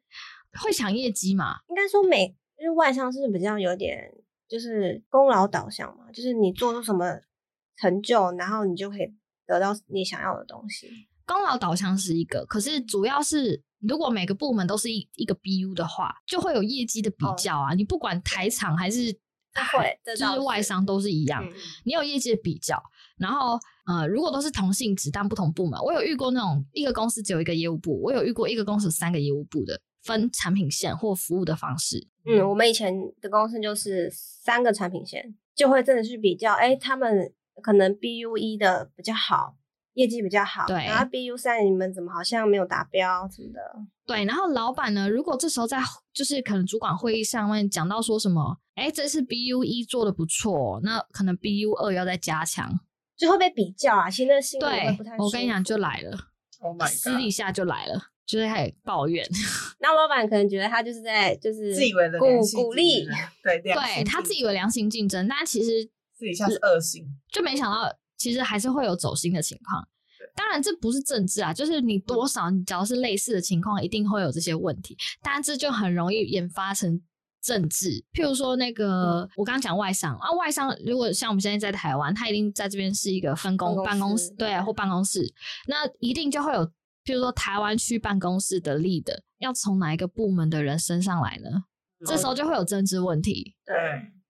S1: 会抢业绩嘛？
S2: 应该说美就是外商是比较有点就是功劳导向嘛，就是你做出什么成就，然后你就可以得到你想要的东西。
S1: 功劳导向是一个，可是主要是如果每个部门都是一一个 BU 的话，就会有业绩的比较啊。你不管台厂还是
S2: 哦会这
S1: 就
S2: 倒
S1: 是
S2: 是
S1: 外商都是一样，
S2: 嗯
S1: 你有业绩的比较。然后呃，如果都是同性质但不同部门，我有遇过那种一个公司只有一个业务部，我有遇过一个公司有三个业务部的，分产品线或服务的方式。
S2: 嗯，我们以前的公司就是三个产品线，就会真的去比较，哎、他们可能 BU 一的比较好，业绩比较好，
S1: 对
S2: 然后 BU 三你们怎么好像没有达标什么的，
S1: 对，然后老板呢，如果这时候在就是可能主管会议上面讲到说什么，哎，这是 BU 一做的不错，哦那可能 BU 二要再加强，
S2: 就会被比较啊。其实那心里会
S1: 对
S2: 不太，
S1: 我跟你
S2: 舒
S1: 讲，
S2: 服
S1: 就来了，
S3: ，Oh
S1: <laughs>
S3: my
S1: 私底
S3: god，
S1: 下就来了，就是开始抱怨。
S2: 那老板可能觉得他就是在就是
S3: 自以为的
S2: 鼓
S3: 良性
S2: 鼓
S3: 竞
S2: 励
S3: 争， <laughs> 对，良
S1: 对
S3: 性
S1: 他
S3: 竞
S1: 自以为良性竞争，但其实
S3: 私底下是恶性，
S1: 就没想到，其实还是会有走心的情况。当然，这不是政治啊，就是你多少，你只要是类似的情况，一定会有这些问题。但这就很容易研发成政治。譬如说，那个、
S2: 嗯
S1: 我刚刚讲外商啊，外商如果像我们现在在台湾，他一定在这边是一个分工
S2: 办公
S1: 办公
S2: 室
S1: 室，对，或办公室，那一定就会有，譬如说台湾区办公室的 lead 要从哪一个部门的人身上来呢？
S2: 嗯
S1: 这
S3: 嗯
S1: 时候就会有政治问题。
S2: 对，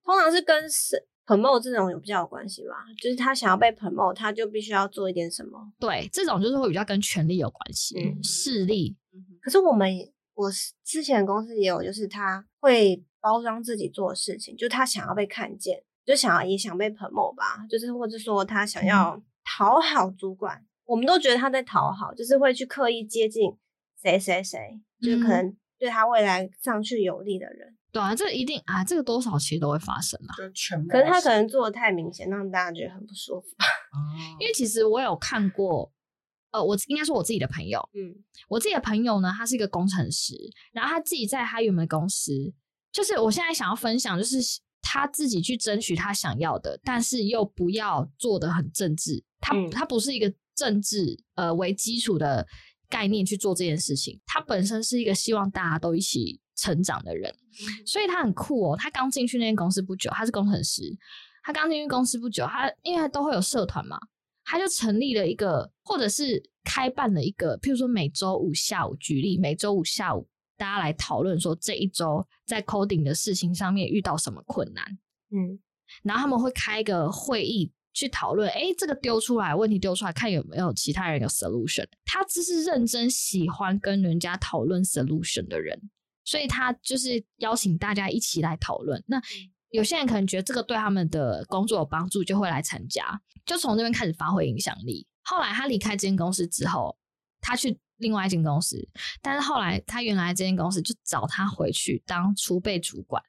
S2: 通常是跟是 promote 这种有比较有关系吧，就是他想要被 promote，他就必须要做一点什么。
S1: 对，这种就是会比较跟权力有关系，
S2: 嗯
S1: 势力
S2: 可是我们也我是之前的公司也有，就是他会包装自己做的事情，就他想要被看见，就想要也想被 promote 吧，就是或者说他想要讨好主管，我们都觉得他在讨好，就是会去刻意接近谁谁谁，就是可能对他未来上去有利的人。
S1: 对啊，这一定啊，这个多少其实都会发生啊。
S3: 就全部
S2: 可是他可能做的太明显，让大家觉得很不舒服。嗯
S1: 因
S3: 哦
S1: 为其实我有看过，呃，我应该说我自己的朋友，
S2: 嗯，
S1: 我自己的朋友呢，他是一个工程师，然后他自己在他原本的公司，就是我现在想要分享，就是他自己去争取他想要的，但是又不要做的很政治。他
S2: 嗯
S1: 他不是一个政治呃为基础的概念去做这件事情，他本身是一个希望大家都一起成长的人，
S2: 嗯
S1: 所以他很酷哦。他刚进去那间公司不久，他是工程师，他刚进去公司不久，他因为都会有社团嘛，他就成立了一个，或者是开办了一个，譬如说每周五下午，举例每周五下午大家来讨论说这一周在 coding 的事情上面遇到什么困难，
S2: 嗯，
S1: 然后他们会开一个会议去讨论，诶，这个丢出来问题丢出来，看有没有其他人有 solution。他只是认真喜欢跟人家讨论 solution 的人，所以他就是邀请大家一起来讨论。那有些人可能觉得这个对他们的工作有帮助，就会来参加，就从这边开始发挥影响力。后来他离开这间公司之后，他去另外一间公司，但是后来他原来这间公司就找他回去当储备主管。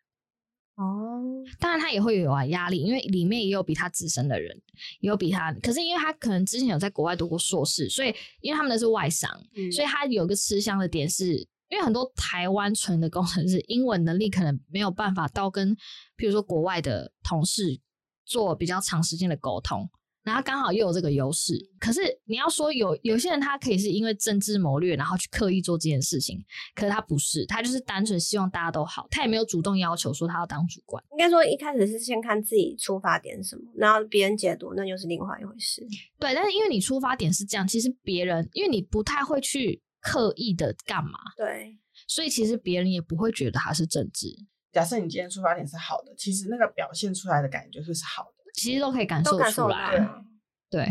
S2: 哦，
S1: 当然他也会有啊压力，因为里面也有比他资深的人，也有比他，可是因为他可能之前有在国外读过硕士，所以因为他们那是外商，所以他有一个吃香的点是，因为很多台湾纯的工程师英文能力可能没有办法到跟，譬如说国外的同事做比较长时间的沟通。然后他刚好又有这个优势，可是你要说有有些人他可以是因为政治谋略，然后去刻意做这件事情，可是他不是，他就是单纯希望大家都好，他也没有主动要求说他要当主管。
S2: 应该说一开始是先看自己出发点是什么，然后别人解读那又是另外一回事。
S1: 对，但是因为你出发点是这样，其实别人因为你不太会去刻意的干嘛，
S3: 啊
S2: 对，
S1: 所以其实别人也不会觉得他是政治，
S3: 假设你今天出发点是好的，其实那个表现出来的感觉会是好的。
S1: 其实都可以感
S2: 都
S1: 受
S2: 感
S1: 出
S2: 受
S1: 来。
S2: 到了
S3: 啊，
S1: 对，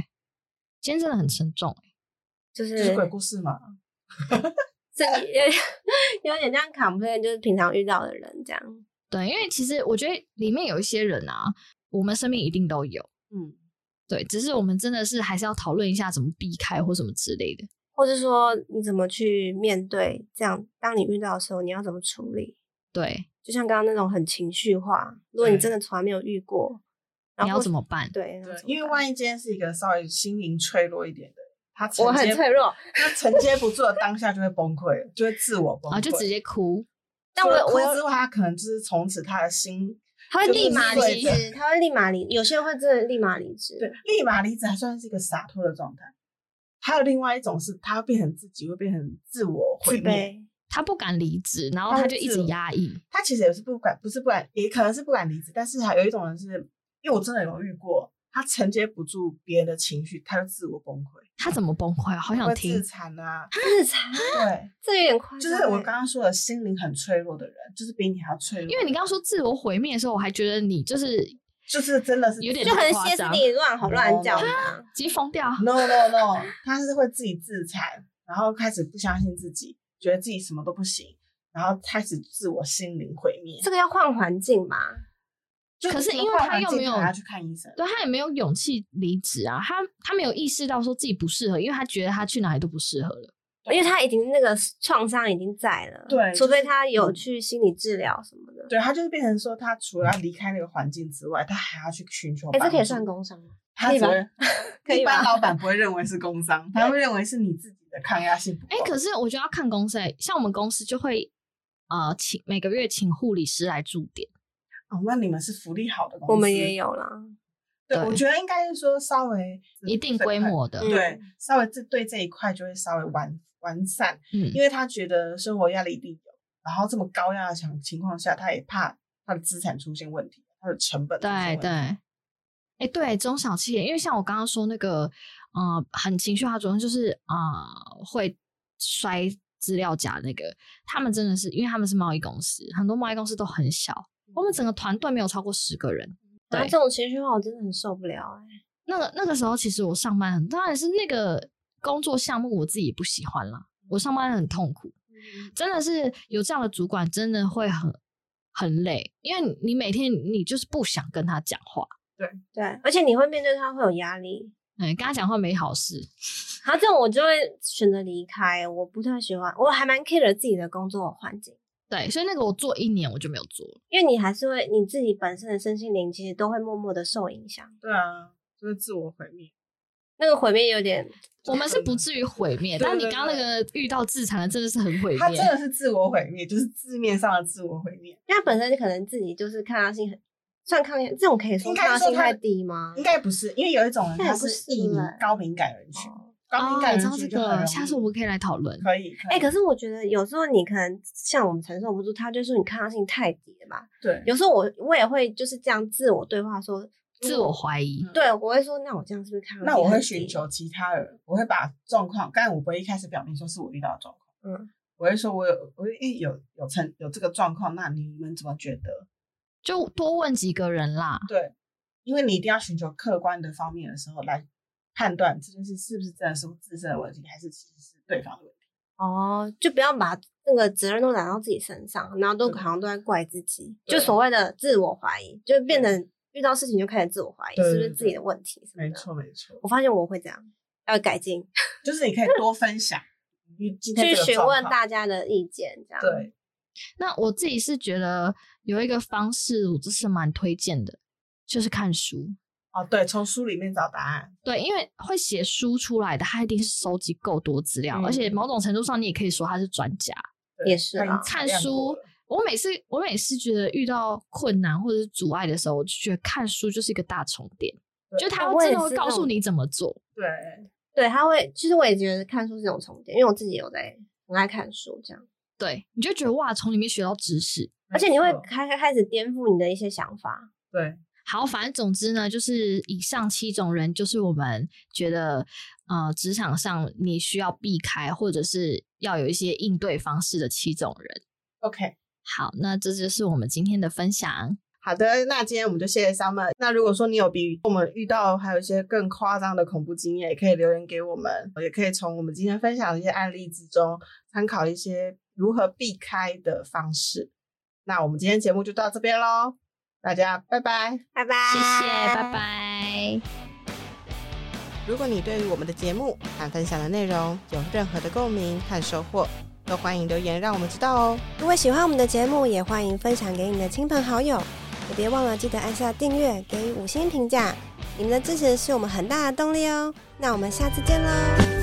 S1: 今天真的很沉重、欸，
S2: 就
S3: 就是是鬼故事
S2: 嗯
S3: 嘛。
S2: 这
S3: <laughs>
S2: 有点像 complain，就是平常遇到的人这样。
S1: 对，因为其实我觉得里面有一些人啊，我们身边一定都有，
S3: 嗯，
S1: 对，只是我们真的是还是要讨论一下怎么避开或什么之类的。
S2: 或者说你怎么去面对这样？当你遇到的时候，你要怎么处理？
S1: 对，
S2: 就像刚刚那种很情绪化，如果你
S3: 对
S2: 真的从来没有遇过，然
S1: 你
S2: 后
S1: 要
S2: 或
S1: 怎么办？
S2: 对？然后
S3: 嗯对
S2: 怎，么
S3: 因为
S2: 办
S3: 万一今天是一个稍微心灵脆弱一点的，他承
S2: 我
S3: 接
S2: 很脆弱，
S3: 他承接不住的当下就会崩溃了，就会自我
S2: 哦
S3: 崩溃，
S1: 啊，就直接哭。
S2: 但
S3: 除
S2: 我
S3: 了哭
S2: 我有
S3: 之外，他可能就是从此他的心
S2: 他会
S3: 就
S2: 立
S3: 是
S2: 马
S3: 对
S2: 离
S3: 的
S2: 职，他会立马离，有些人会真的立马离职。
S3: 对，立马离职还算是一个洒脱的状态。还有另外一种是，他会变成自己，会变成自我
S2: 自
S3: 毁灭。
S2: 卑，
S1: 他不敢离职，然后
S3: 他
S1: 他
S3: 会
S1: 就一
S3: 自
S1: 直
S3: 我
S1: 压抑。
S3: 他其实也是不敢，不是不敢，也可能是不敢离职，但是还有一种人是，因为我真的有遇过，他承接不住别人的情绪，他就自我崩溃，
S1: 他怎么崩溃啊？好想
S3: 会
S1: 听
S3: 自。残
S1: <laughs>
S3: 啊，
S2: 自残，
S3: 对，
S2: 这有点夸张欸。
S3: 就是我刚刚说的心灵很脆弱的人，就是比你还要脆弱，
S1: 因为你刚刚说自我毁灭的时候，我还觉得你就是
S3: 就是真的是
S1: 有点
S2: 就很
S1: 夸
S2: 歇斯
S1: 张
S2: 底里乱吼
S3: 哦
S2: 乱叫的啊，
S1: 急疯掉。
S3: <laughs> no no no，他是会自己自残，然后开始不相信自己，觉得自己什么都不行，然后开始自我心灵毁灭
S2: 这。个要换环境吧？
S3: 就
S1: 可是因为
S3: 换
S1: 他
S3: 环
S1: 又
S3: 境
S1: 没有
S3: 可能要去看医生，
S1: 对他也没有勇气离职啊，他他没有意识到说自己不适合，因为他觉得他去哪里都不适合了。
S2: 因为他已经那个创伤已经在了，
S3: 对
S2: 除
S3: 就
S2: 非
S3: 是
S2: 他有
S3: 嗯
S2: 去心理治疗什么的。
S3: 对他就是变成说，他除了要离开那个环境之外，他还要去寻求
S2: 哎，
S3: 帮助。
S2: 这可以算工伤吗？
S3: 他
S2: 可以
S3: 只
S2: 吧
S3: 会
S2: 可以
S3: 一般
S2: 吧
S3: 老板不会认为是
S2: <laughs>
S3: 工伤，他会认为是你自己的抗压性不够。
S1: 哎、可是我觉得要看公司、欸，像我们公司就会呃请每个月请护理师来驻点，
S3: 哦，那你们是福利好的公司，
S2: 我们也。有啦，
S3: 对，
S1: 对
S3: 我觉得应该是说稍微
S1: 一定
S3: 这
S1: 规
S3: 块，
S1: 模的。
S2: 嗯
S3: 对，稍微这对这一块就会稍微完完善，
S1: 嗯，
S3: 因为他觉得生活压力一定有，然后这么高压的情情况下，他也怕他的资产出现问题，他的成本出现
S1: 对
S3: 问题
S1: 对。哎、对中小企业，因为像我刚刚说那个，呃，很情绪化，主要就是呃会摔资料夹那个，他们真的是，因为他们是贸易公司，很多贸易公司都很小，我们整个团队没有超过十个人。
S2: 然
S1: 对
S2: 后啊这种情绪化我真的很受不了哎、
S1: 那个那个时候，其实我上班很，当然是那个工作项目我自己也不喜欢啦，我上班很痛苦，真的是有这样的主管，真的会很很累，因为你每天你就是不想跟他讲话，
S2: 对，而且你会面对他会有压力，
S1: 嗯，跟他讲话没好事。
S2: 然后这种我就会选择离开，我不太喜欢，我还蛮 care 自己的工作环境，
S1: 对，所以那个我做一年我就没有做了。
S2: 因为你还是会你自己本身的身心灵其实都会默默的受影响，
S3: 对啊，就是自我毁灭。
S2: 那个毁灭有点
S1: 我们是不至于毁灭，但你
S3: 对对
S1: 刚刚那个遇到自残的真的是很毁
S3: 他真
S1: 灭。
S3: 的是自我毁灭，就是字面上的自我毁灭。
S2: 因为他本身可能自己就是抗压性很算抗压，这种可以说
S3: 应该
S2: 抗压
S3: 说
S2: 性
S3: 他
S2: 太低吗
S3: 应？该不是，因为有一种人
S2: 那也
S3: 他
S2: 不
S3: 是
S2: 是
S3: 易敏
S2: 欸
S3: 高敏感人群，高敏
S1: 哦，
S3: 感
S1: 我知
S3: 人
S1: 道这
S3: 群就很容
S1: 个，
S3: 易
S1: 下次我们可以来讨论。
S3: 可以，
S2: 哎、
S3: 以
S2: 可是我觉得有时候你可能像我们承受不住，他就说你抗压性太低了吧。
S3: 对，
S2: 有时候我我也会就是这样自我对话说，
S1: 自我怀疑，
S3: 嗯
S2: 对我会说，那我这样是不是抗压性
S3: 那我会
S2: 很
S3: 寻
S2: 低
S3: 求其他人，我会把状况，刚才我不会一开始表明说是我遇到的状况，
S2: 嗯，
S3: 我会说我有，我会诶有有成有这个状况，那你们怎么觉得？
S1: 就多问几个人啦。
S3: 对，因为你一定要寻求客观的方面的时候来判断这件事是不是真的是我自身的问题，还是其实是对方的问题。
S2: 哦，就不要把那个责任都揽到自己身上，然后都
S3: 对
S2: 好像都在怪自己，
S3: 对
S2: 就所谓的自我怀疑，就变成遇到事情就开始自我怀疑，
S3: 对
S2: 是不
S3: 对
S2: 是
S3: 对
S2: 自己的问题什么的。
S3: 没错，
S2: 我发现我会这样，要改进，
S3: 就是你可以多分享，你今天
S2: 去
S3: 这个
S2: 询
S3: 状
S2: 问
S3: 况
S2: 大家的意见，这样。
S3: 对，
S1: 那我自己是觉得有一个方式，我就是蛮推荐的，就是看书。
S3: 哦，对，从书里面找答案，
S1: 对，因为会写书出来的，他一定是收集够多资料，
S3: 嗯
S1: 而且某种程度上，你也可以说他是专家。
S3: 对
S2: 也是
S3: 他已经
S2: 啊
S3: 采
S1: 看
S3: 样过
S1: 书
S3: 了，
S1: 我每次我每次觉得遇到困难或者是阻碍的时候，我就觉得看书就是一个大重点，
S3: 对
S1: 就他
S2: 我
S1: 会真
S2: 也
S1: 的会
S2: 是
S1: 告
S2: 那
S1: 诉
S2: 种
S1: 你怎么做。
S3: 对，
S2: 对，他会，其实我也觉得看书是一种重点，因为我自己有在很爱看书，这样，
S1: 对，你就觉得哇，从里面学到知识。
S2: 而且你会
S3: 没错
S2: 开开开始颠覆你的一些想法。
S3: 对，
S1: 好，反正总之呢，就是以上七种人，就是我们觉得呃职场上你需要避开，或者是要有一些应对方式的七种人。
S3: OK，
S1: 好，那这就是我们今天的分享。
S3: 好的，那今天我们就谢谢 Summer。那如果说你有比我们遇到还有一些更夸张的恐怖经验，也可以留言给我们，呃也可以从我们今天分享的一些案例之中参考一些如何避开的方式。那我们今天节目就到这边喽，大家拜拜。
S2: 拜拜，
S1: 谢谢，拜。拜。
S3: 如果你对于我们的节目和分享的内容有任何的共鸣和收获，都欢迎留言让我们知道哦。
S2: 如果喜欢我们的节目，也欢迎分享给你的亲朋好友，也别忘了记得按下订阅，给予五星评价。你们的支持是我们很大的动力哦。那我们下次见喽。